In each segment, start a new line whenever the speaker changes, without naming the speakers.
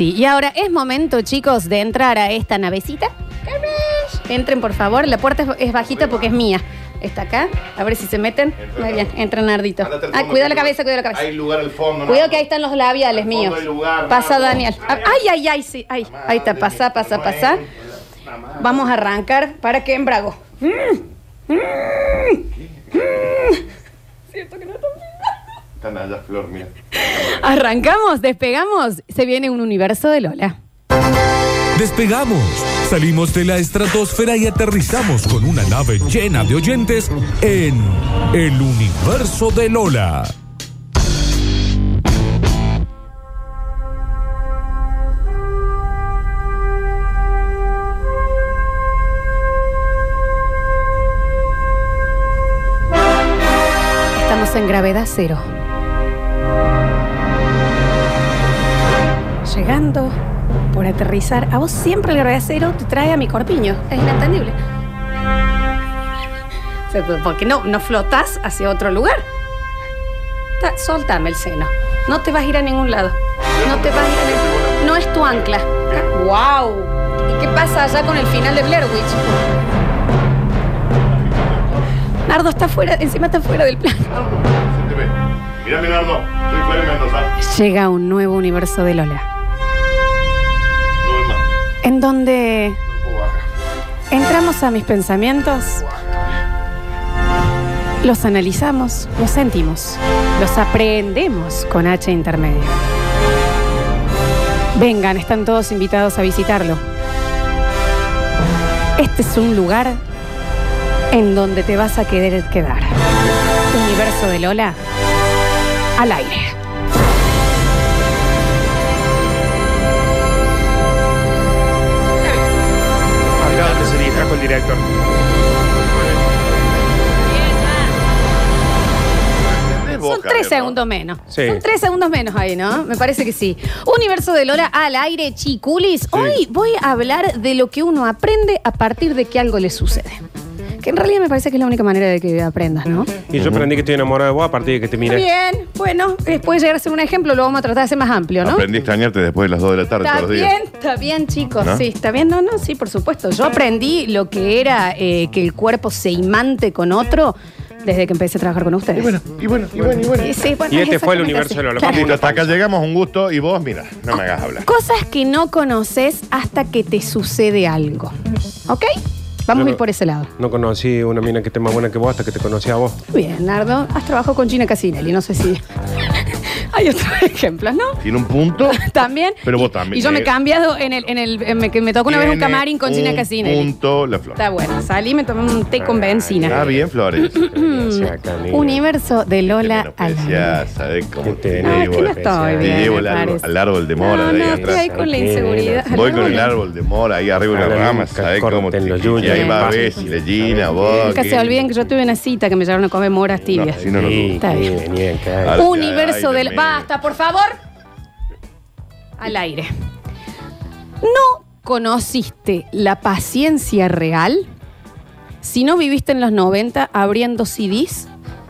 Sí, y ahora es momento, chicos, de entrar a esta navecita. Entren, por favor. La puerta es, es bajita porque es mía. Está acá. A ver si se meten.
Entra,
Muy bien,
Nardo.
entra Nardito.
Andate al
Ah,
fondo,
cuida la
que hay
cabeza, cuida la
lugar- Hay
cabeza.
lugar al fondo.
Cuidado
Nardo.
que ahí están los labiales
Al fondo
míos.
hay lugar,
Pasa
Nardo.
Daniel. Ah, Ay, ay, ay, sí. Ay,
Mamá,
ahí está.
de
Pasa,
mi eh,
pasa,
mamá,
pasa.
la mamá.
Vamos a arrancar para que embrago. Mm, mm, mm. Siento que no está bien.
Están allá, Flor, mira.
Arrancamos, despegamos. Se viene un universo de Lola.
Despegamos, salimos de la estratosfera y aterrizamos con una nave llena de oyentes en el universo de Lola.
Estamos en gravedad cero. Llegando por aterrizar. A vos siempre la gravedad cero te trae a mi corpiño. Es inentendible. O sea, pero ¿Por qué no, no flotas hacia otro lugar? Ta- soltame el seno. No te vas a ir a ningún lado. No te vas a ir a ningún No es tu ancla. ¡Wow! ¿Y qué pasa allá con el final de Blair Witch? Nardo está fuera, encima está fuera del plan.
Nardo, se te ve. Mira, mi Nardo. Soy Flor Mendoza.
Llega un nuevo universo de Lola,
No ves más.
en donde
No puedo bajar.
entramos a mis pensamientos, los analizamos, los sentimos, los aprendemos con H intermedio. Vengan, están todos invitados a visitarlo. Este es un lugar en donde te vas a querer quedar. Universo de Lola al aire.
Acá donde se distrajo el director.
¿Entendés vos,
Son tres
Javier, no?
segundos menos.
Sí.
Son tres segundos menos ahí, ¿no? Me parece que sí. Universo de Lola al aire, chiculis. Hoy voy a hablar de lo que uno aprende a partir de que algo le sucede. Que en realidad me parece que es la única manera de que aprendas, ¿no?
Y yo aprendí que estoy enamorado de vos a partir de que te miré.
Bien, bueno, después llegar a ser un ejemplo, lo vamos a tratar de hacer más amplio, ¿no?
Aprendí a extrañarte después de las 2 de la tarde
Está
todos los días.
bien, está bien, chicos.
¿No?
Sí, está bien. No, no, sí, por supuesto. Yo aprendí lo que era eh, que el cuerpo se imante con otro desde que empecé a trabajar con ustedes.
Y bueno, y bueno, y bueno.
Sí, sí, bueno,
Y
es
este fue
exactamente
el universo
así.
de
Claro.
Lola. Vamos a
Listo,
una
hasta acá
pausa.
llegamos, un gusto. Y vos, mira, no me hagas hablar.
Cosas que no conoces hasta que te sucede algo. ¿Ok? Vamos a ir por ese lado.
No conocí una mina que esté más buena que vos hasta que te conocí a vos.
Bien, Nardo. Has trabajado con Gina Casinelli, no sé si. Hay otros ejemplos, ¿no?
Tiene un punto.
También.
Pero vos
Y-
también.
Y yo me he
Eh,
cambiado en el. En el en- me, que me tocó una vez un
Tiene
camarín con Gina
un
Casinelli.
punto la flor.
Está bueno. Salí, me tomé un té con
Está
benzina.
bien, Flores.
Universo de Lola Alan.
Ya sabes cómo
Que eh.
te
tenés
No, es
llevo.
que no estoy
Te
bien,
llevo
me
al árbol-
parece.
al árbol de
No,
mora de
no,
ahí
estoy
atrás.
ahí con la inseguridad.
Voy con el árbol de mora ahí arriba de una
Ojalá
rama,
nunca
¿sabés cómo te
corten los
Y ahí
yuyos.
va
Sí.
Bessi, la Gina, vos.
Nunca
que-
se olviden que yo tuve una cita que me llevaron a comer moras tibias.
si no lo dudo.
Está bien.
Al-
Universo
al aire,
del.
me-
Basta, por favor. Al aire. No conociste la paciencia real si no viviste en los 90 abriendo CDs,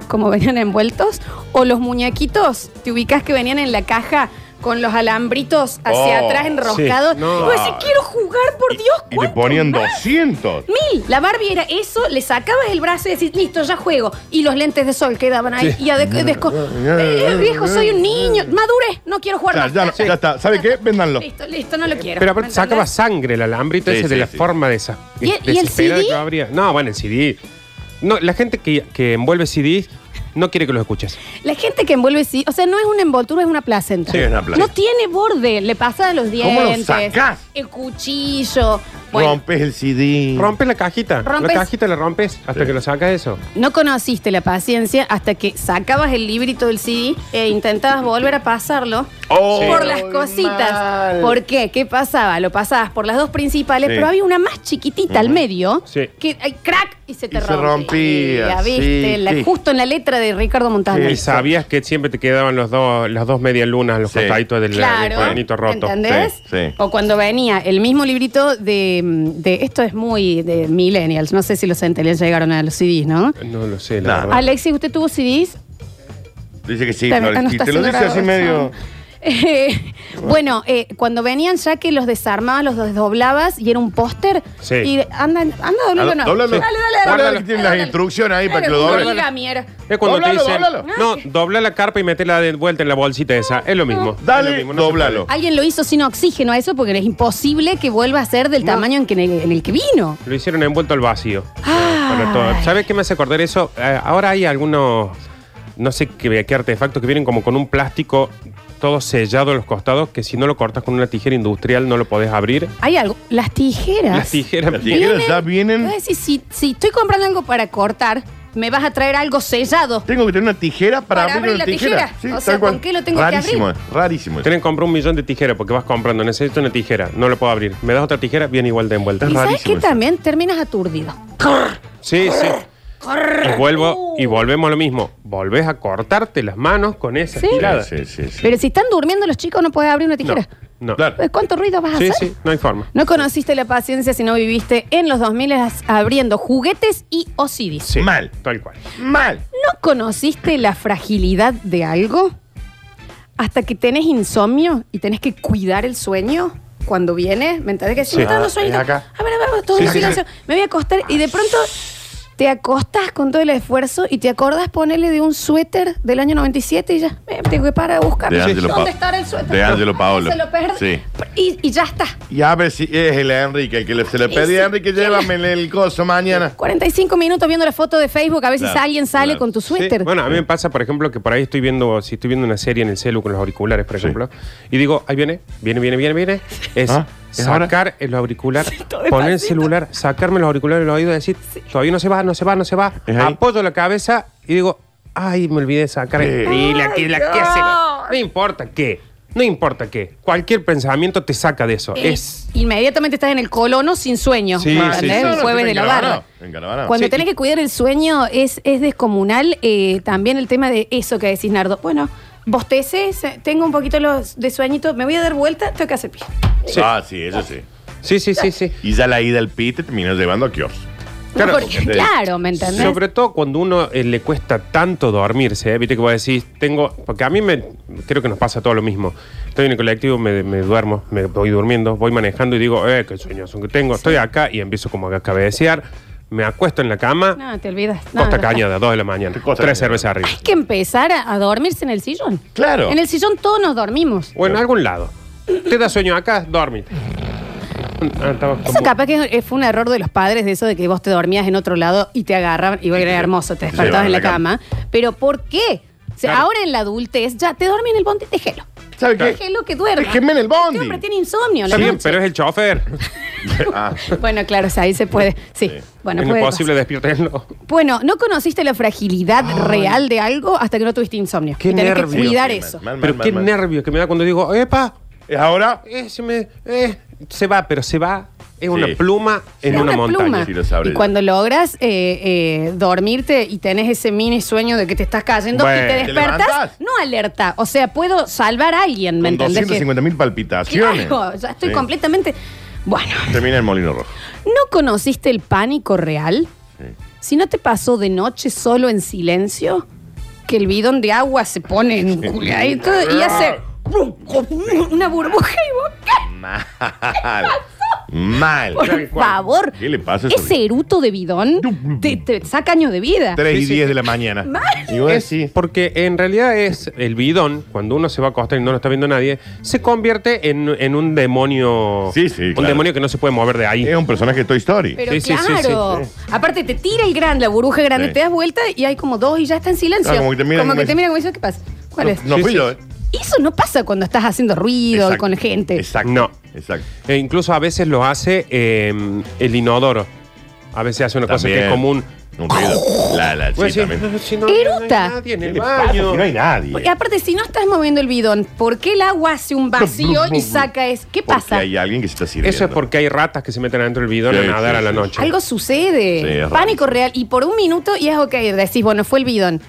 como venían envueltos, o los muñequitos, te ubicás que venían en la caja con los alambritos hacia
Oh,
atrás enroscados.
sí. No.
Y vos decís, quiero jugar, por Dios,
Y le
¿cuánto
ponían
más?
200.
Mil. La Barbie era eso, le sacabas el brazo y decís, listo, ya juego. Y los lentes de sol quedaban ahí. Y a de- desco- Eh, viejo, soy un niño. Madure, no quiero jugar
Ya,
más.
ya, no, ya está. ¿Sabe qué? Véndanlo.
Listo, listo, no lo quiero.
Pero
¿Me
aparte
entendés?
sacaba sangre el alambrito
Sí,
ese de
sí,
la
sí.
forma de esa.
¿Y el- y el
desesperada
CD?
que abría. No, bueno, el CD. No, la gente que, que envuelve CDs no quiere que los escuches.
La gente que envuelve sí, o sea, no es una envoltura, es una placenta.
Sí, es una placenta.
No tiene borde, le pasa a los
¿Cómo lo
dientes.
sacás?
El cuchillo. Bueno,
Rompes el CD.
Rompes la cajita.
Rompes-
La cajita la rompes hasta
Sí.
que lo sacas eso.
no conociste la paciencia hasta que sacabas el librito del CD e intentabas volver a pasarlo.
Oh,
por las
muy
cositas.
mal.
¿Por qué? ¿Qué pasaba? Lo pasabas por las dos principales,
Sí.
pero había una más chiquitita al medio
Sí.
que ay, crack y se te
Y se rompía,
¿viste?
sí,
La-
sí.
Justo en la letra de Ricardo Montaner.
Y sabías que siempre te quedaban los dos, las dos medialunas, los
Sí.
costaditos del, del cuadernito roto.
¿Entendés?
Sí, sí.
O cuando venía el mismo librito de, de- Esto es muy de Millennials. No sé si los Centennials llegaron a los CDs, ¿no?
No lo sé,
Nah.
la verdad.
Alexis, ¿usted tuvo CDs?
Dice que sí,
Está bien,
Flores.
no
Y
está
te lo
haciendo
dice así
grabación.
medio.
Eh, bueno, eh, cuando venían ya que los desarmabas, los desdoblabas y era un póster.
Sí.
Y anda, anda, doblalo, no.
Dóblalo.
Dale, dale, dale.
Guarda
dale,
que tiene
dale,
las
dale.
instrucciones ahí para que lo
Dale,
doble.
origami era.
Es cuando
Doblalo,
te dicen,
doblalo.
no, dobla la carpa y metela de vuelta en la bolsita esa. Es lo mismo.
Dale,
Es lo mismo, no se
doblalo.
Alguien lo hizo sin oxígeno a eso porque es imposible que vuelva a ser del tamaño en, que, en el que vino.
puede. Lo hicieron envuelto al vacío.
Ay.
Para todo. ¿Sabes qué me hace acordar eso? Eh, ahora hay algunos, no sé qué, qué artefactos que vienen como con un plástico todo sellado a los costados que si no lo cortas con una tijera industrial no lo podés abrir.
Hay algo. Las tijeras.
Las tijeras.
Las tijeras ya
Yo
vienen.
decía, si, si estoy comprando algo para cortar, me vas a traer algo sellado.
Tengo que tener una tijera
Para
para, abrir
abrir
una
la
tijera.
tijera.
Sí,
O
tal
sea,
cual.
¿con qué lo tengo que
rarísimo,
abrir?
es, Rarísimo. es.
Tenés que comprar un millón de tijeras porque vas comprando. Necesito una tijera. No lo puedo abrir. ¿Me das otra tijera? Viene igual de envuelta.
Y sabes
rarísimo
que
eso.
también terminas aturdido.
Sí, sí. Y vuelvo y volvemos a lo mismo. Volvés a cortarte las manos con esa
Sí.
estirada.
Sí, sí, sí.
Pero si están durmiendo los chicos, no puedes abrir una tijera.
No.
Claro.
Pues, ¿Cuánto ruido vas a
Sí,
hacer?
sí, no hay forma.
No conociste la paciencia si no viviste en los 2000 abriendo juguetes y osiris.
Sí.
Mal.
Tal cual.
Mal.
¿No conociste la fragilidad de algo? Hasta que tenés insomnio y tenés que cuidar el sueño cuando viene. ¿Me entendés? Que si
Sí.
me está dando
Ah,
sueño.
es
A ver,
acá.
a ver, a ver, todo
Sí,
en
sí,
silencio. Me voy a acostar y de pronto te acostás con todo el esfuerzo y te acordás ponerle de un suéter del año 97 y ya. Me tengo que parar a buscar.
De
Sí.
Angelo
¿Dónde
Pa-
estará el suéter?
de Angelo
Ah,
Paolo.
Se lo perdí.
Sí.
Y, y ya está.
Y a ver si es el Enrique, el que le- se le
Y
pedí
si
a Enrique,
quiere-
llévame en el coso mañana.
45 minutos viendo la foto de Facebook, a ver si
Claro,
alguien sale
claro.
con tu
Sí,
suéter.
Sí, Bueno, a mí me pasa, por ejemplo, que por ahí estoy viendo, si estoy viendo una serie en el celu con los auriculares, por ejemplo, y digo, ahí viene, viene, viene, viene, viene, es
Ah, ¿es ahora?
sacar el auricular,
todo despacito.
poner el celular, sacarme los auriculares del oído y decir, todavía no se va, no se va, no se va,
¿Es ahí?
apoyo la cabeza y digo, ay, me olvidé de sacar el...
Sí.
Y la, que- la que hace- No importa qué, no importa qué, cualquier pensamiento te saca de eso,
Eh,
es...
Inmediatamente estás en el colono sin sueño.
Sí,
¿entendés?
sí, sí.
El
No, no,
jueves de la barra.
Encaravana.
Cuando
Sí.
tenés que cuidar el sueño es, es descomunal. eh, también el tema de eso que decís, Nardo. Bueno, bosteces, eh, tengo un poquito los de sueñito, me voy a dar vuelta, tengo que hacer pie.
Sí.
Ah, sí, eso sí.
Sí, sí, sí, sí.
Y ya la ida al pit te terminó llevando a Kios.
Claro,
Porque-
porque te-
claro, ¿me entendés?
Sobre todo cuando uno eh, le cuesta tanto dormirse, ¿eh? viste que vos decís, tengo, porque a mí me, creo que nos pasa todo lo mismo. Estoy en el colectivo, me, me duermo, me voy durmiendo, voy manejando y digo, eh, qué sueños son que tengo, estoy acá y empiezo como a cabecear, me acuesto en la cama,
No, te olvidas. No,
costa
no,
cañada, dos de la mañana,
Costa
tres
Cañada.
cervezas arriba.
Hay que empezar a, a dormirse en el sillón.
Claro.
En el sillón todos nos dormimos.
O en algún lado. Te da sueño acá, dormite. Ah, estaba
Eso
como-
capaz que eh, fue un error de los padres, de eso de que vos te dormías en otro lado y te agarraban, y vos eras hermoso, te
te
despertabas
llevaban
en la
a la
cama.
cama.
Pero ¿por qué? O sea,
Claro.
ahora en la adultez ya te dormí en el bondi, déjelo.
¿Sabes qué?
Déjelo que duerma.
Déjeme en el bondi.
Este hombre tiene insomnio. a
Está
La
bien,
noche.
pero es el chofer.
Ah,
Bueno, claro, o sea, ahí se puede. Sí. Bueno,
es
puede
imposible despiertenlo.
pasar. Bueno, ¿no conociste la fragilidad real de algo hasta que no tuviste insomnio?
Qué
Y tenés que
nervios.
cuidar
Sí,
eso.
mal, mal.
Pero qué
mal.
nervio que me da cuando digo, epa,
¿Es ahora?
Eh, se me- eh, se va, pero se va. Es una
Sí.
pluma en
Es
una, montaña.
pluma.
Sí, lo sabré
y
yo.
cuando logras eh, eh, dormirte y tenés ese mini sueño de que te estás cayendo y
Bueno.
te
¿Te
despertas,
levantás?
no alerta. O sea, puedo salvar a alguien, ¿me
Con
entendés?
250 mil
Que-
palpitaciones.
Claro, ya estoy
Sí.
completamente. Bueno,
Termina el molino rojo.
¿no conociste el pánico real?
Sí.
Si no te pasó de noche solo en silencio, que el bidón de agua se pone en culiadito y hace una burbuja y vos, ¿qué?
Mal. Mal.
Por favor.
¿Qué le pasa a eso?
Ese eruto de bidón te, te saca años de vida.
3 y
Sí, sí.
10 de la mañana.
Mal.
Y vos
Es-
decís,
Porque en realidad es el bidón, cuando uno se va a acostar y no lo está viendo nadie, se convierte en, en un demonio.
Sí, sí,
Un
claro.
demonio que no se puede mover de ahí.
es un personaje de Toy Story.
Pero
Sí, sí, sí,
claro. Aparte te tira el gran, la burbuja grande,
Sí.
te das vuelta y hay como dos y ya está en silencio.
Claro, como que te miran como
te
dicen-
miran como dicen, ¿qué pasa? ¿Cuál es?
No
Sí,
fui
sí.
yo, ¿eh?
Eso no pasa cuando estás haciendo ruido y
Exacto.
con gente.
Exacto.
No.
Exacto.
E incluso a veces lo hace eh, el inodoro. A veces hace una cosa que es
También.
común.
Un ruido. La, la,
Vos
Oh. Pues sí,
decís,
también.
"No, "Ah, si no,
Eruta.
no hay nadie en
¿Qué
el
le pasa si
baño.
no hay nadie.
Porque aparte, si no estás moviendo el bidón, ¿por qué el agua hace un vacío y saca es? ¿Qué
Porque
pasa?
hay alguien que se está sirviendo.
Eso es porque hay ratas que se meten adentro del bidón
Sí,
a nadar
sí,
a la
sí,
noche.
Algo
Sí,
sucede.
es
Pánico
raro.
real. Y por un minuto y es ok. Decís, bueno, fue el bidón.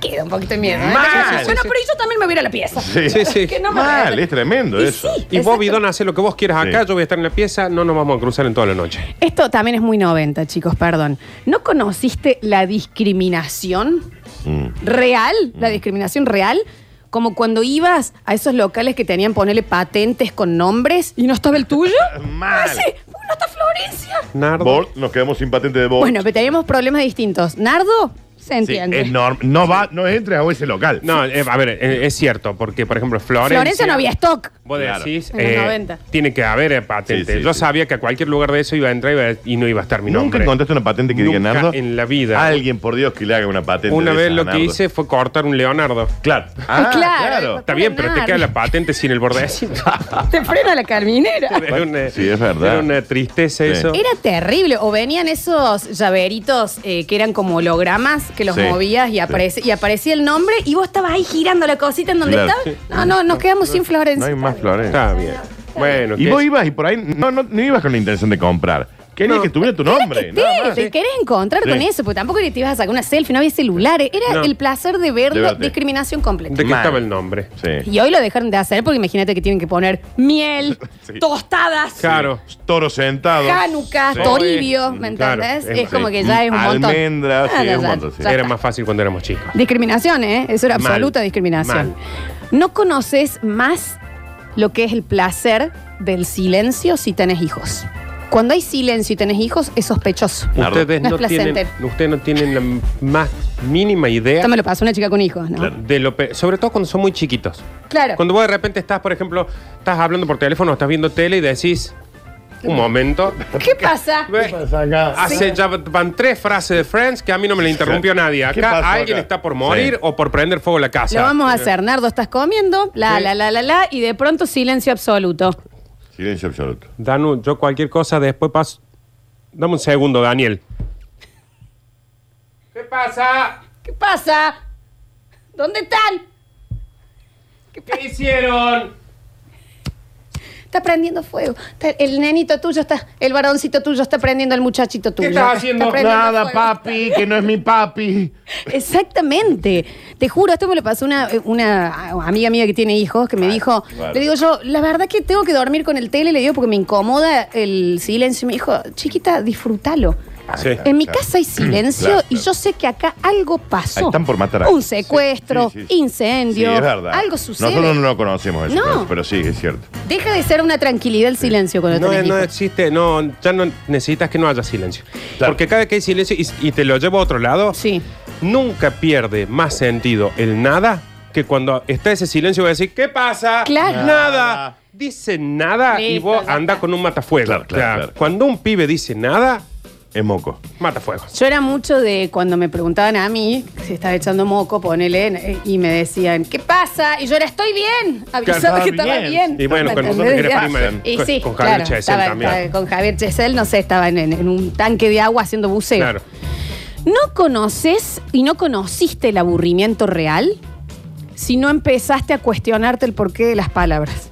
Te queda un poquito de miedo. ¿eh?
Mal.
Bueno, pero yo también me voy a ir a la pieza.
Sí.
Sí, sí.
Que no me
Mal, este-
regañen.
es tremendo
Y
eso.
sí,
Y
exacto.
vos, bidón, haces lo que vos quieras acá,
Sí.
yo voy a estar en la pieza, no nos vamos a cruzar en toda la noche.
Esto también es muy 90, chicos, perdón. ¿No conociste la discriminación
Mm.
real? La discriminación real Como cuando ibas a esos locales que tenían ponerle patentes con nombres y no estaba el tuyo. Ah,
Mal.
sí. Uy, no está Florencia.
Nardo.
Bort, nos quedamos sin patente de Bort.
Bueno, pero teníamos problemas distintos. Nardo, se
Sí,
entiende.
enorme. No, va, no entres a ese local.
No, eh, a ver, eh, es cierto, porque por ejemplo, Florencia.
Florencia no había stock.
Vos
Claro.
decís,
En los
eh,
90.
tiene que haber eh, patente.
Sí, sí,
Yo
sí.
sabía que a cualquier lugar de eso iba a entrar iba a- y no iba a estar mi
¿Nunca
nombre.
encontraste una patente que diga
Nunca
Nardo?
en la vida.
Alguien, por Dios, que le haga una patente.
Una
de
vez
esas
lo
a
que
Nardo.
hice fue cortar un Leonardo.
Claro.
Ah, claro.
Está bien, pero te queda la patente sin el bordecito.
Te frena la carminera.
Era una-
Sí, es verdad.
Era una tristeza
Sí.
eso.
Era terrible. O venían esos llaveritos eh, que eran como hologramas que los
Sí,
movías y,
sí.
aparece- y aparecía el nombre y vos estabas ahí girando la cosita en donde
Claro.
estaba. No, no, nos quedamos sin
No
Florencia.
hay más flores.
Está Ah, bien. Bueno,
Y
¿qué?
vos ibas y por ahí no, no, no ibas con la intención de comprar. Querías que tuviera tu
Te,
nombre. nada más.
te querés encontrar
Sí.
con eso, porque tampoco te ibas a sacar una selfie, no había celulares. Era
No.
el placer de verlo,
De verte.
discriminación completa.
¿de qué
Mal.
estaba el nombre?
Sí.
Y hoy lo dejaron de hacer porque imagínate que tienen que poner miel,
Sí.
tostadas,
Claro.
Toro sentado.
canucas,
Sí.
toribios, ¿me
Claro,
entendés?
es-
es como
sí.
que ya es un montón.
Almendra, sí,
Ah,
es
ya,
un
ya,
montón, sí.
ya
Era
está.
más fácil cuando éramos chicos.
Discriminación, ¿eh? Eso era
Mal.
absoluta discriminación.
Mal.
No conoces más lo que es el placer del silencio si tenés hijos. Cuando hay silencio y tenés hijos, es sospechoso.
Nardo.
Ustedes
No es
no, tienen,
placentero.
ustedes no tienen la más mínima idea
Esto me lo pasó una chica con hijos, ¿no? Claro.
de lo pe- sobre todo cuando son muy chiquitos. Cuando vos de repente estás, por ejemplo, estás hablando por teléfono, estás viendo tele y decís, un momento.
¿Qué pasa?
Ve, Hace ya van tres frases de Friends que a mí no me la interrumpió nadie.
¿Qué
Acá
pasó acá?
alguien está por morir
Sí.
o por prender fuego la casa.
Lo vamos a hacer. Nardo, estás comiendo, la,
Sí.
la, la, la, la, y de pronto silencio absoluto.
Silencio absoluto.
Danu, yo cualquier cosa después paso. Dame un segundo, Daniel. ¿Qué pasa?
¿Qué pasa? ¿Dónde están?
¿Qué hicieron?
Está prendiendo fuego. Está- el nenito tuyo está, el varoncito tuyo está prendiendo al muchachito tuyo.
estás haciendo?
Está prendiendo
Nada,
fuego.
papi, que no es mi papi.
Exactamente. Te juro, esto me lo pasó una, una amiga mía que tiene hijos que me dijo,
claro.
le digo yo, la verdad que tengo que dormir con el tele, le digo porque me incomoda el silencio. Y me dijo, chiquita, disfrútalo.
Sí.
En mi
Ah, claro.
casa hay silencio
Claro,
y
claro.
yo sé que acá algo pasó.
Ahí están por matar a
Un
alguien.
secuestro,
Sí, sí, sí.
incendio,
Sí, es verdad.
algo sucede.
Nosotros no lo conocemos eso,
No.
pero- pero sí, es cierto.
Deja de ser una tranquilidad el silencio cuando
No,
tenés
no
hijos.
existe, no, ya no necesitas que no haya silencio.
Claro.
Porque cada vez que hay silencio y, y te lo llevo a otro lado,
Sí.
nunca pierde más sentido el nada que cuando está ese silencio voy a decir, ¿qué pasa?
Claro.
Nada. Dice nada y
Listo,
vos
ya
andás
está.
con un matafuego.
Ah. Claro, claro,
O sea,
claro.
Cuando un pibe dice nada,
Es moco.
matafuego.
Yo era mucho de cuando me preguntaban a mí si estaba echando moco, ponele, eh, y me decían, ¿qué pasa? Y yo era, estoy bien, avisaba
Claro,
que estaba
bien.
bien.
Y bueno, con
¿Entendés?
nosotros que era
Ya.
prima de-
Y
con-
sí,
con Javier
claro,
Chesel
estaba-
también.
estaba con Javier Chesel, no sé, estaban en, en un tanque de agua haciendo buceo.
Claro.
No conoces y no conociste el aburrimiento real si no empezaste a cuestionarte el porqué de las palabras.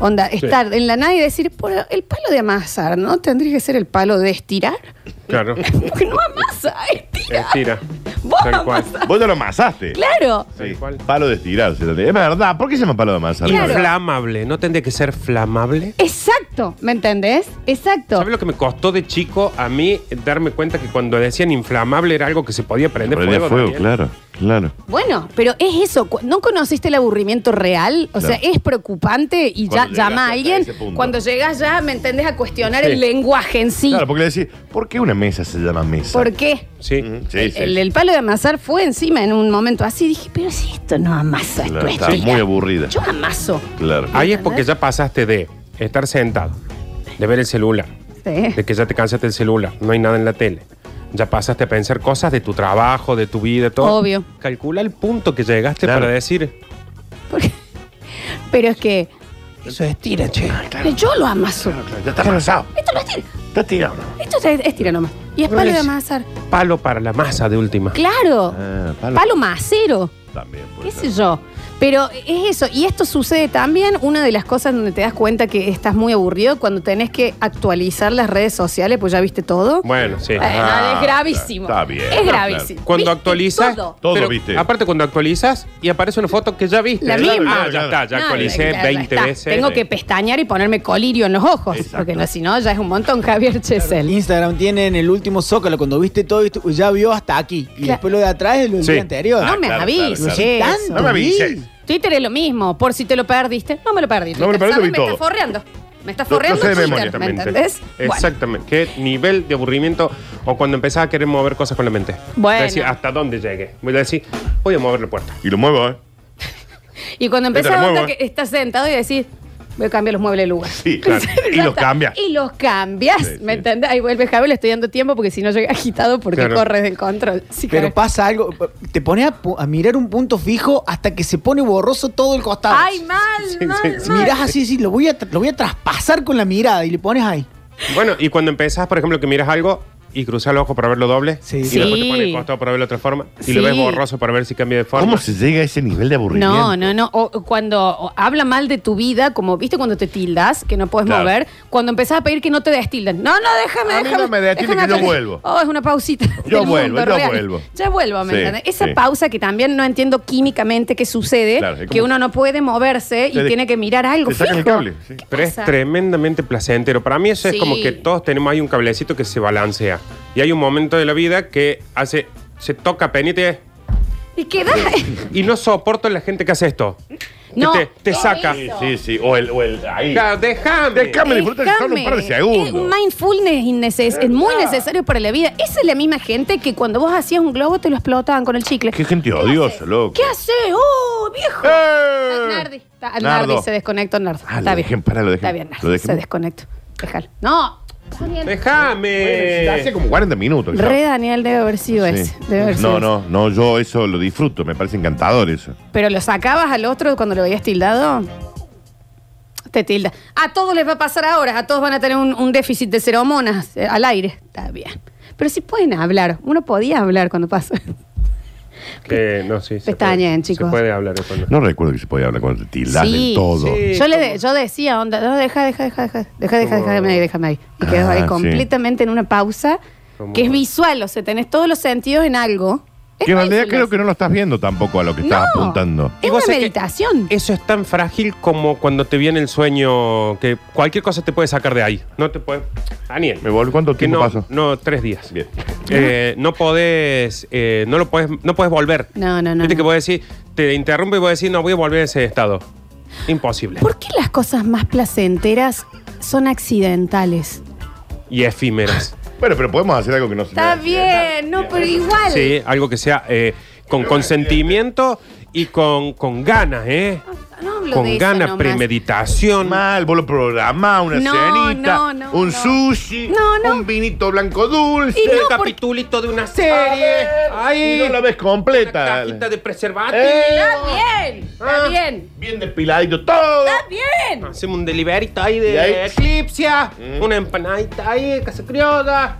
Onda, estar en la nada y decir, "Por el palo de amasar, ¿no? Tendría que ser el palo de estirar.
Claro.
Porque no amasa, estira.
Estira.
Vos
Tal cual.
amasás.
Vos ya lo amasaste.
Claro.
Sí.
Tal cual.
Palo de estirarse. Es verdad. ¿Por qué se llama palo de amasar?
Claro.
Inflamable. ¿No tendría que ser flamable?
Exacto, ¿me entendés? Exacto.
¿Sabes lo que me costó de chico a mí darme cuenta que cuando decían inflamable era algo que se podía prender
Prende
fuego?
fuego,
Daniel?
claro, claro.
Bueno, pero es eso, cu- no conociste el aburrimiento real, o
Claro.
sea, es preocupante y ya
Cuando llegas
llama a
hasta
alguien.
ese punto.
Cuando llegas ya, ¿me entendés? A cuestionar
Sí.
el lenguaje en sí.
Claro, porque le decís, ¿por qué una mesa se llama mesa?
¿Por qué?
Sí.
Mm,
el,
Sí, sí.
el del palo de amasar fue encima en un momento así. Dije, pero si esto no amasa, esto
Claro,
es
está
tira.
muy aburrida.
Yo amaso.
Claro.
Ahí es porque ya pasaste de estar sentado, de ver el celular,
Sí.
de que ya te cansaste del celular, no hay nada en la tele. Ya pasaste a pensar cosas de tu trabajo, de tu vida, todo.
Obvio.
Calcula el punto que llegaste
Claro.
para decir.
Porque- Pero es que
Eso es tira, che.
yo lo amaso.
Ya está cansado.
Esto no es tira.
Está tirando.
Esto es, es tira nomás. Y es palo de amasar.
Palo para la masa de última.
Claro.
Ah, palo.
palo. macero.
También. puede
¿Qué
ser.
sé yo? Pero es eso. Y esto sucede también, una de las cosas donde te das cuenta que estás muy aburrido cuando tenés que actualizar las redes sociales, pues ya viste todo.
Bueno, sí.
Eh, no, es gravísimo.
ah, está bien.
Es gravísimo.
Cuando
Viste
actualizas.
todo.
Todo viste.
Aparte, cuando actualizas y aparece una foto que ya viste.
La misma.
Ah, ya está, ya
No,
actualicé
ya
20
está.
veces.
Tengo que pestañear y ponerme colirio en los ojos.
Exacto.
Porque no, si no, ya es un montón Javier Chesel.
Instagram tiene en el último zócalo, cuando viste todo, viste, ya vio hasta aquí. Y
Claro.
después lo de atrás es lo del
Sí.
día anterior.
No me
Ah, claro,
avises.
claro,
claro.
eso.
No me avises.
Twitter es lo mismo. Por si te lo perdiste, no me lo perdí.
No me lo perdí,
¿Sabes?
vi todo.
está forreando. Me está
Lo- lo
forreando
sé de memoria.
Twitter, ¿me entendés? Bueno.
Exactamente. ¿Qué nivel de aburrimiento o cuando empezás a querer mover cosas con la mente?
Bueno.
Voy a decir, ¿hasta dónde llegué? Voy a decir, voy a mover la puerta.
Y lo muevo, ¿eh?
Y cuando
Este
empezás
lo
a
muevo,
que
¿eh?
estás sentado y decís, voy a cambiar los muebles de lugar.
Sí, claro. Y
Ya
los
está.
cambias.
Y los cambias,
Sí,
¿me
sí.
entendés? Ahí vuelve Javier, le estoy dando tiempo porque si no llega agitado porque
Claro.
corres del control. Sí,
Pero
claro.
pasa algo, te pones a, pu- a mirar un punto fijo hasta que se pone borroso todo el costado.
Ay, mal,
sí,
mal,
sí.
mal.
Mirás así, sí, lo voy, a, tra- lo voy a traspasar con la mirada y le pones ahí.
Bueno, y cuando empezás, por ejemplo, que miras algo y cruzas los ojos para verlo doble
Sí.
y
Sí.
después te pones el costado para verlo de otra forma y
Sí.
lo ves borroso para ver si cambia de forma.
¿Cómo se llega a ese nivel de aburrimiento?
No, no, no. O cuando o habla mal de tu vida, como viste cuando te tildas, que no puedes
Claro.
mover, cuando empezás a pedir que no te destilden. No, no, déjame,
A mí
déjame.
no me destilden,
déjame
que yo
acá.
vuelvo.
Oh, es una pausita.
Yo
del
vuelvo,
mundo
yo
real.
vuelvo.
Ya vuelvo, ¿me
Sí,
entiendes? Esa
sí.
pausa que también no entiendo químicamente qué sucede,
Claro, es como-
que uno no puede moverse y
Te de-
tiene que mirar algo.
Te sacan el
fijo.
cable. sí.
Pero es
pasa?
tremendamente placentero. Para mí eso
Sí.
es como que todos tenemos ahí un cablecito que se balancea. Y hay un momento de la vida que hace, se toca penite
Y queda.
y no soporto la gente que hace esto. Que
No,
te, te
¿qué
saca.
es
Sí,
eso?
sí, sí. O el, o el ahí.
Claro, déjame.
Déjame disfrutar que son un par de
Déjame. Es un
segundos.
mindfulness inneces- es muy necesario para la vida. Esa es la misma gente que cuando vos hacías un globo te lo explotaban con el chicle.
Qué gente odiosa, loco.
¿Qué hace? ¡Oh, viejo!
¡Eh!
Ah, Nardi. Está- Nardi
Nardo.
se desconectó, Nardo.
Ah, lo
Está bien.
dejé, pará, lo dejé.
Está bien, Nardo.
Lo dejé.
Se desconectó. Déjalo. No. Daniel.
Hace
Déjame.
como 40 minutos. que
Re Daniel debe haber sido
estaba. Pues Sí.
ese. Debe haber sido
No,
ese.
no, no, yo eso lo disfruto, me parece encantador eso.
Pero lo sacabas al otro cuando lo veías tildado. Te tilda. A todos les va a pasar ahora. A todos van a tener un, un déficit de seromonas eh, al aire. Está bien. Pero sí pueden hablar. Uno podía hablar cuando pasa.
Que, no, sí. se
Pestañen,
puede.
chicos.
Se puede hablar de cuando-
No recuerdo que se podía hablar cuando te tildas
Sí.
del todo.
Sí.
Yo, le de- yo decía, onda, no, deja, deja, deja, deja, deja, deja,
Como-
déjame ahí, déjame ahí. Y quedas
Ah,
ahí
sí.
completamente en una pausa
Como-
que es visual, o sea, tenés todos los sentidos en algo. Es
Que en realidad
mindfulness.
creo que no lo estás viendo tampoco a lo que
No,
estás apuntando.
Y
Es
vos
una
sabés que
meditación.
Eso es tan frágil como cuando te viene el sueño, que cualquier cosa te puede sacar de ahí. No te puede. Daniel.
Me volví, ¿cuánto
que
tiempo
no,
pasó?
No, tres días.
Bien.
Eh, no podés, eh, no lo podés, no podés volver.
No, no, no,
Viste que
no.
vos decís, te interrumpe y vos decís, no voy a volver a ese estado. Imposible.
¿Por qué las cosas más placenteras son accidentales?
Y efímeras.
Bueno, pero podemos hacer algo que no se
Está bien, no, pero igual.
sí, algo que sea eh, con consentimiento y con, con ganas, ¿eh?
No hablo de
Con
eso
ganas,
nomás.
premeditación.
Mal, vos lo programás, una
Mm. No,
cenita,
no, no,
un
no.
sushi,
No, no.
un vinito blanco dulce.
Y no,
el
porque-
capitulito de una
A
serie.
ver,
Ahí.
Y no la ves
una
completa.
cajita de preservativo.
Eh,
Está bien, está
Ah.
bien,
Bien despiladito todo.
está bien.
Hacemos un deliverito ahí de
Y ahí-
eclipsia,
Mm.
una empanadita ahí de casa criolla,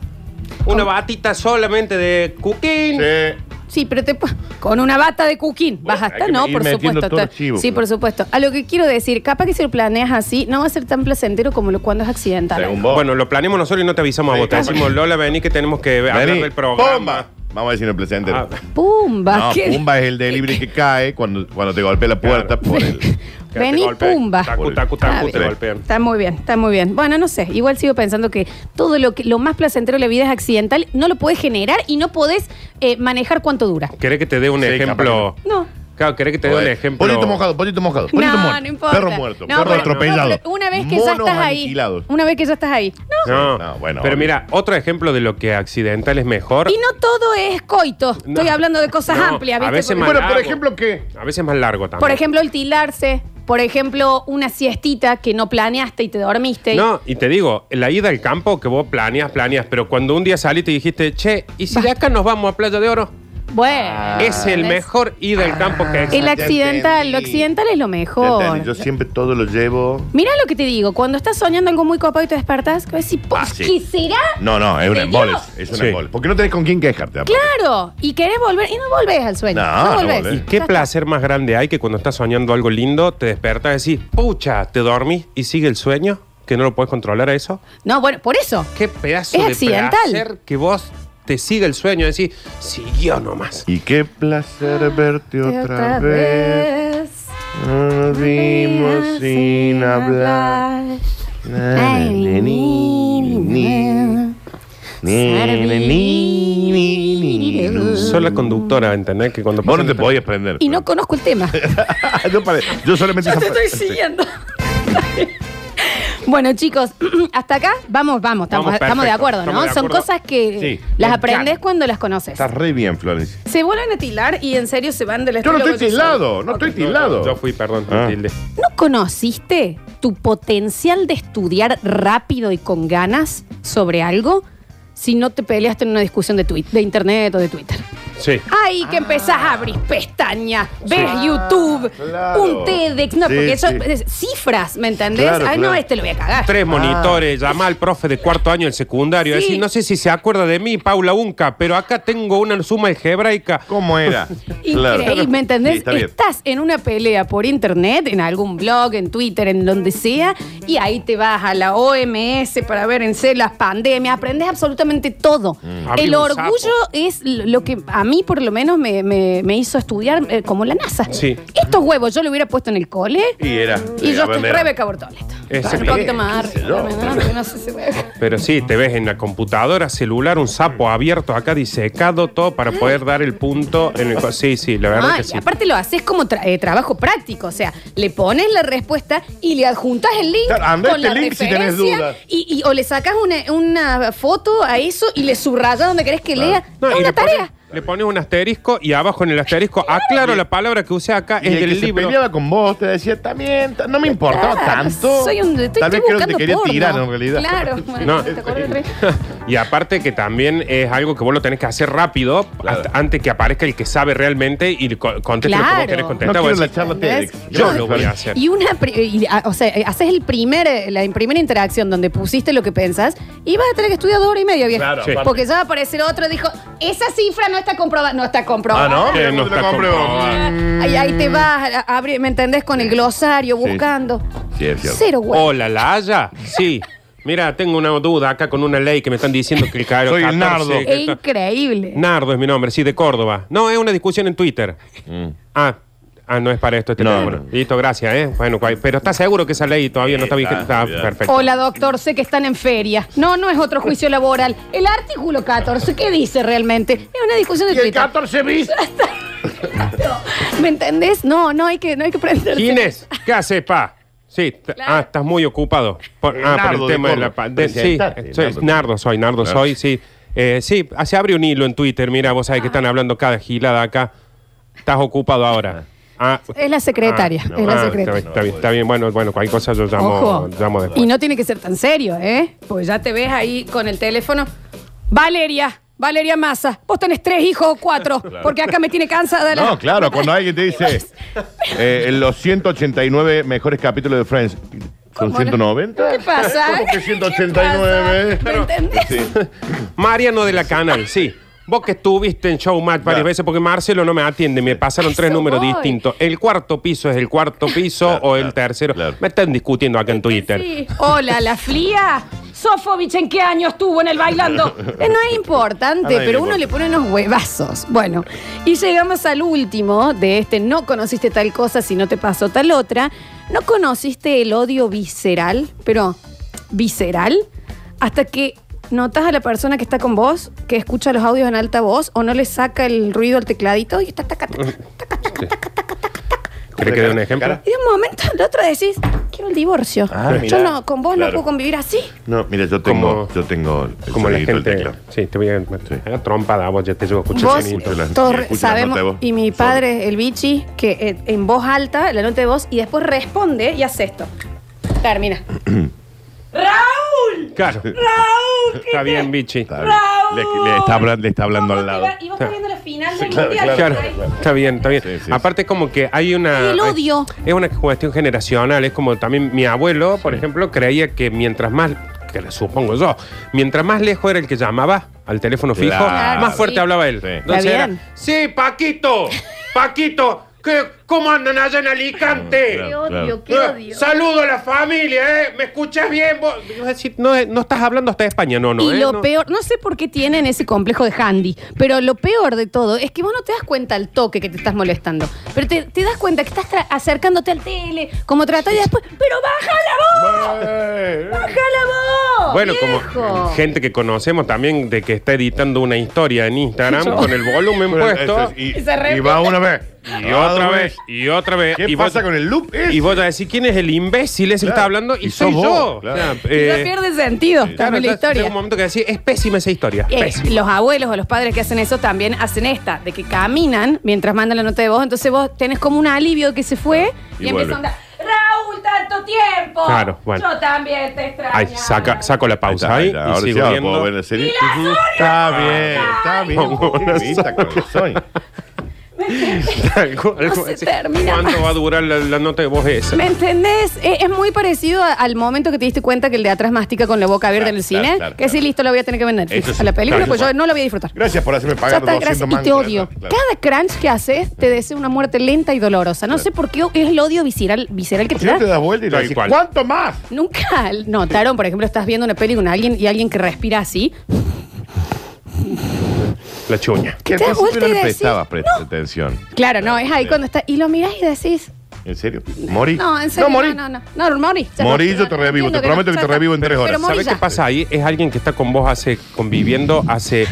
una batita solamente de cooking.
Sí.
Sí, pero te po- con una bata de cuquín.
Bueno,
Vas hasta,
hay que
no,
ir
por
metiendo
supuesto.
todos los
está-
chivos,
sí,
claro.
por supuesto. A lo que quiero decir, capaz que si lo planeas así, no va a ser tan placentero como lo cuando es accidental.
Según vos.
Bueno, lo planeamos nosotros y no te avisamos
Oh. Sí,
a vos. Te
capaz.
decimos, Lola, vení que tenemos que ver- hablar
Vení,
del programa.
Pumba. Vamos a decir en el presente.
Ah,
Pumba.
No,
¿qué?
Pumba es el delivery que cae cuando, cuando te golpea la puerta
Claro.
por el.
que te
Vení,
golpeen.
pumba.
Tacu, tacu,
Está
tacu,
bien.
te golpean.
Está muy bien, está muy bien. Bueno, no sé, igual sigo pensando que todo lo que lo más placentero de la vida es accidental, no lo podés generar y no podés eh, manejar cuánto dura.
¿Querés que te dé un
Sí,
ejemplo?
No.
Claro, ¿querés que te dé un
Joder.
ejemplo?
Pollito mojado, pollito mojado. Pollito
No,
muerto,
no importa.
Perro muerto,
No,
perro
pero-
atropellado.
no, pero una vez que ya
monos
estás ahí.
aniquilados.
Una vez que ya estás ahí. No.
No,
No, bueno,
Pero
obvio.
mira, otro ejemplo de lo que accidental es mejor.
Y no todo es coito. Estoy
No.
hablando de cosas
No,
amplias.
a
¿viste?
veces
Porque-
más
Bueno, por
largo.
ejemplo, ¿qué?
A veces más largo también.
Por ejemplo, el tilarse. Por ejemplo, una siestita que no planeaste y te dormiste.
No, y te digo, la ida al campo que vos planeas, planeas, pero cuando un día saliste y dijiste, che, ¿y si de acá nos vamos a Playa de Oro?
Bueno.
Ah, es el
Ah. ¿ves? Ah.
mejor ida al campo que existe.
El
Ya
accidental.
entendí.
Lo accidental es lo
Ya
mejor.
entendí, Yo siempre todo lo llevo.
Mirá lo que te digo. Cuando estás soñando algo muy copado y te despertás, que vas a decir, ¿por
Ah, sí.
qué será?
No, no, es un
¿En
embole.
serio?
Es un
Sí.
embole. Porque no tenés con quién quejarte. aparte.
Claro. Y querés volver. Y no volvés al sueño.
No, no
volvés.
volvés.
¿Qué placer más grande hay que cuando estás soñando algo lindo, te despertas y decís, pucha, te dormís y sigue el sueño? ¿Que no lo puedes controlar a eso?
No, bueno, por eso.
¿Qué pedazo
Es
de
accidental.
placer que vos te siga el sueño? Decís, siguió nomás.
Y qué placer verte otra, vez. No nos vimos sin hablar. Na, na, na,
Mm.
ni, ni, ni. Ni, na, ni, ni, ni, ni, ni.
sola conductora, ¿entendés? Que cuando
Vos
pasan
no te
estas-
podías prender.
Y no conozco el tema.
yo, paré. Yo solamente.
Yo te estoy
Sí.
siguiendo. bueno, chicos, hasta acá vamos, vamos, estamos,
Vamos,
estamos de
perfecto,
acuerdo, ¿no?
estamos de
Son
acuerdo.
cosas que
Sí,
las
me
aprendes
encanta.
cuando las conoces.
Estás re bien, Florencia.
Se vuelven a tilar y en serio se van del
Yo no
estilo
estoy
que son.
tildado, no estoy tildado.
Yo fui, perdón,
Ah.
tilde.
¿No conociste tu potencial de estudiar rápido y con ganas sobre algo si no te peleaste en una discusión de, tuit- de internet o de Twitter?
Sí.
Ahí que empezás a abrir pestañas, ves YouTube,
Ah, claro.
un TEDx, no,
Sí,
porque eso
sí.
es cifras, ¿me entendés?
Claro,
Ay, no,
claro.
este lo voy a cagar.
Ah.
Tres monitores, llama al profe de cuarto año del secundario.
Sí.
Decir, no sé si se acuerda de mí, Paula Unca, pero acá tengo una suma algebraica.
¿Cómo era? Claro.
Increíble, ¿me entendés?
Sí, está bien.
Estás en una pelea por internet, en algún blog, en Twitter, en donde sea, y ahí te vas a la OMS para ver en serio las pandemias, aprendes absolutamente todo.
Mm.
Había
El
un
orgullo
sapo.
es lo lo que a mí por lo menos me, me- me hizo estudiar eh, como la NASA.
Sí.
Estos huevos yo lo hubiera puesto en el cole
Y era. eh,
y yo estoy
bandera.
Rebeca Bortoleto.
Ese
Un
bien,
poquito más
qué sé
arriba,
yo.
¿verdad? Porque no sé si voy a-
Pero sí, te ves en la computadora celular, un sapo abierto acá disecado, todo para poder dar el punto en el. Sí, sí, la verdad
Ah,
que
y
sí.
aparte lo haces como tra- eh, trabajo práctico, o sea, le pones la respuesta y le adjuntas el link
Claro, andá
con
este
la
link si tenés
referencia
dudas.
Y, y- o le sacas una, una foto a eso y le subrayas donde querés que lea.
No,
es
y
una
le pones-
tarea.
Le pones un asterisco y abajo en el asterisco aclaro la palabra que usé acá,
Y
es
el, que
del
se
libro.
peleaba con vos, te decía, también, ta- no me importaba
Claro,
tanto.
Soy un, estoy,
Tal
estoy
vez creo que te
buscando
quería
porno.
tirar en realidad.
Claro.
No.
¿te acordás otra vez?
y aparte que también es algo que vos lo tenés que hacer rápido
Claro.
hasta- antes que aparezca el que sabe realmente y co- conteste lo que
Claro.
vos querés
No
contestar.
quiero
Vos
la
decís,
charla
¿Entendés?
TEDx.
yo lo voy a hacer.
Y una, pri- y, a- o sea, eh, haces el primer, eh, la primera interacción donde pusiste lo que pensás y vas a tener que estudiar dos horas y media, viejo.
Claro,
Sí.
aparte.
Porque ya va a aparecer otro, dijo, esa cifra no está comprobada. No está comprobada.
Ah, ¿no?
Que
Mira,
no
te la
está
compro.
comprobado.
Ahí, ahí te vas, a- a abrir, ¿me entendés? Con el glosario, buscando.
Sí, es cierto.
Cero, güey.
Hola, "Oh, la Haya. Sí. Mira, tengo una duda acá con una ley que me están diciendo que el caro
Soy el Nardo.
Es e increíble.
Nardo es mi nombre, sí, de Córdoba. No, es una discusión en Twitter. Ah, ah, no es para esto este
Mm. No,
teléfono.
no.
Listo, gracias, ¿eh? Bueno, cual- pero ¿estás seguro que esa ley todavía no está vigente?
está,
Está
ya.
perfecto.
Hola, doctor, sé que están en feria. No, no es otro juicio laboral. El artículo 14, ¿qué dice realmente? Es una discusión de
Y el
Twitter.
14 bis.
¿Me entendés? No, no hay que, no hay que prenderse.
Ginés, ¿qué haces, pa? Sí, t- ah, estás muy ocupado. Por, ah,
Nardo
por
de
el tema de, la
Córdoba.
pandemia. Sí,
Presentate,
soy-
Nardo.
Nardo soy, Nardo
Claro.
soy, sí. Eh, sí, ah, se abre un hilo en Twitter, mira, vos sabés que están hablando cada gilada acá. Estás ocupado ahora. Ah,
Es la secretaria,
no,
es la
ah,
secretaria.
Está, bien, está bien, está bien. Bueno, bueno, cualquier cosa yo llamo,
Ojo.
llamo después.
Y no tiene que ser tan serio, ¿eh? Pues ya te ves ahí con el teléfono. Valeria, Valeria Massa, vos tenés tres hijos o cuatro, porque acá me tiene cansada la.
No, claro, cuando alguien te dice eh, los 189 mejores capítulos de Friends. ¿Son
¿Cómo no?
190?
¿Qué pasa?
¿Cómo que
¿Qué
189?
pasa? ¿Me entendés?
Sí.
Mariano de la Canal, sí. Vos que estuviste en Showmatch varias
Claro.
veces porque Marcelo no me atiende, me pasaron tres
Eso
números
voy.
distintos. El cuarto piso es el cuarto piso
Claro,
o el
claro,
tercero.
claro.
Me están discutiendo acá en Twitter.
Sí. Hola, la fría. Sofovich, ¿en qué año estuvo en el bailando? Eh, No es
A
importante,
nadie le
pero uno
importa.
le pone unos huevazos. Bueno, y llegamos al último de este no conociste tal cosa si no te pasó tal otra. No conociste el odio visceral, pero visceral, hasta que notas a la persona que está con vos, que escucha los audios en alta voz o no le saca el ruido al tecladito y está taca, taca,
¿Querés que dé un ejemplo?
Cara.
Y de un momento al otro decís, quiero el divorcio.
Ah,
Yo
mirá.
no, con vos no
Claro.
puedo convivir así.
No, mira, yo tengo,
Como-
yo tengo el
Como la
sonidito del
gente.
teclado.
Sí, te voy a. Ah, Haga trompada, vos ya te llevo a escuchar
Vos,
el sonido.
la-
todos
y escucha la
sabemos,
nota de voz.
y mi padre, el bichi, que eh, en voz alta, la nota de voz, y después responde y hace esto. Termina. ¡Raúl!
Claro.
¡Raúl! ¿qué
Está
te-
bien, bichi.
Está bien. Le, le está hablando, le está hablando
¿Cómo
al
te
lado.
va? Y vos estás viendo la final del
claro,
mundial.
Claro,
por ahí.
está bien, está bien.
Sí, sí,
Aparte, como que hay una.
El
hay-
odio.
Es una cuestión generacional. Es como también mi abuelo, por ejemplo, creía que mientras más. Que le supongo yo. Mientras más lejos era el que llamaba al teléfono fijo,
Claro.
más fuerte
Sí.
hablaba él.
Sí.
Entonces
Está
era,
bien.
sí, Paquito, Paquito, ¿qué- ¿cómo andan allá en Alicante?
Qué
Claro,
odio,
claro.
qué odio.
Saludo a la familia, ¿eh? ¿Me escuchas bien? vos? Y vos decís, no, eh, no estás hablando hasta de España, no, no.
y
eh,
lo
no.
peor, no sé por qué tienen ese complejo de handy, pero lo peor de todo es que vos no te das cuenta al toque que te estás molestando, pero te, te das cuenta que estás tra- acercándote al tele, como tratás y después, pero baja la voz,
Eh,
baja la
Bueno,
viejo.
como gente que conocemos también de que está editando una historia en Instagram con el volumen
Pero
puesto. Ah,
eso es-
Y,
Y se
y,
repite.
y va una vez.
otra
dos
vez, y otra vez.
¿Qué
y
pasa
vos,
con el loop ese?
Y vos te decís quién es el imbécil ese que
Claro.
está hablando y,
Y
soy
sos
yo.
vos, claro.
O sea,
Y ya
eh,
pierde sentido también
claro,
la
ya
historia.
llega un momento que decís, es pésima esa historia.
Eh,
pésima.
los abuelos o los padres que hacen eso también hacen esta, de que caminan mientras mandan la nota de voz, entonces vos tenés como un alivio de que se fue y,
Y
empiezan a
vuelve.
andar. Raúl, tanto tiempo.
Claro, bueno.
Yo también te extraño.
Ay, saca- saco la pausa ahí,
Ahí está, ahí está.
y
Ahora sí,
sigo
ahora puedo
viendo.
ver la serie. Ujú. Está bien, está bien.
Con una
Qué vista con el Sony.
Tal cual,
No
como
se
decís,
termina
¿Cuánto
más.
va a durar la, la nota de voz esa?
¿Me entendés? Eh, Es, es muy parecido a- al momento que te diste cuenta que el de atrás mastica con la boca abierta
Claro,
en el cine.
claro, claro,
que sí,
claro.
listo, lo voy a tener que vender
Eso sí,
a la película,
claro,
pues yo
eso
no lo voy a disfrutar.
Gracias por hacerme
Ya
pagar
está,
200
gracias.
mangos.
Y te odio.
Claro.
Cada crunch que haces te desea una muerte lenta y dolorosa. No sé por qué es el odio visceral, visceral que te
Si no
da.
te das vuelta y le
Tal
decís,
cual.
¿cuánto más?
Nunca notaron, por ejemplo, estás viendo una peli con alguien y alguien que respira así.
La chuña.
Que al
Te das
principio
vuelta
no
y
le
decís,
prestabas pre-
no.
atención.
Claro, no, es ahí
Bien.
cuando está. Y lo mirás y decís,
¿En serio? ¿Morí?
no, en serio.
No, morí.
No, no, no, no, morí. Ya
Morí,
no,
yo te
no,
revivo.
entiendo
Te prometo
no,
que
ya
te
está.
revivo en tres horas.
Pero morí
¿Sabes
ya.
qué pasa ahí? Es alguien que está con vos hace conviviendo hace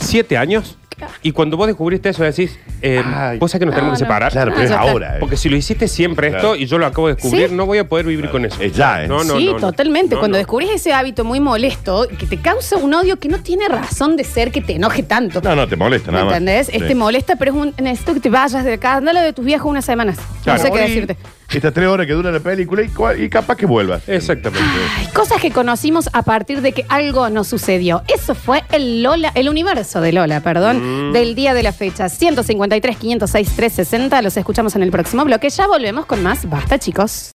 siete años. Y cuando vos descubriste eso, decís, eh,
Ay.
vos sabés que nos
No,
tenemos que
no.
separar.
Claro,
Ah,
pero es
ya está.
ahora. eh.
Porque si lo hiciste siempre
Claro.
esto y yo lo acabo de descubrir,
Sí.
no voy a poder vivir con eso.
Eh, ya, eh.
No, no,
sí,
no, no.
totalmente.
No,
Cuando
no.
descubrís ese hábito muy molesto, que te causa un odio que no tiene razón de ser que te enoje tanto.
No, no, te molesta
¿Me
nada más.
entendés?
Sí.
Este molesta, pero es un. Necesito que te vayas de acá. Ándalo de tus viejos unas semanas.
Claro.
No sé qué
Morí
decirte.
Estas tres horas que dura la película y, cua- y capaz que vuelvas.
Exactamente.
Hay cosas que conocimos a partir de que algo nos sucedió. Eso fue el Lola, el universo de Lola,
Mm.
perdón, del día de la fecha. 153, 506, 360. Los escuchamos en el próximo bloque. Ya volvemos con más. Basta, chicos.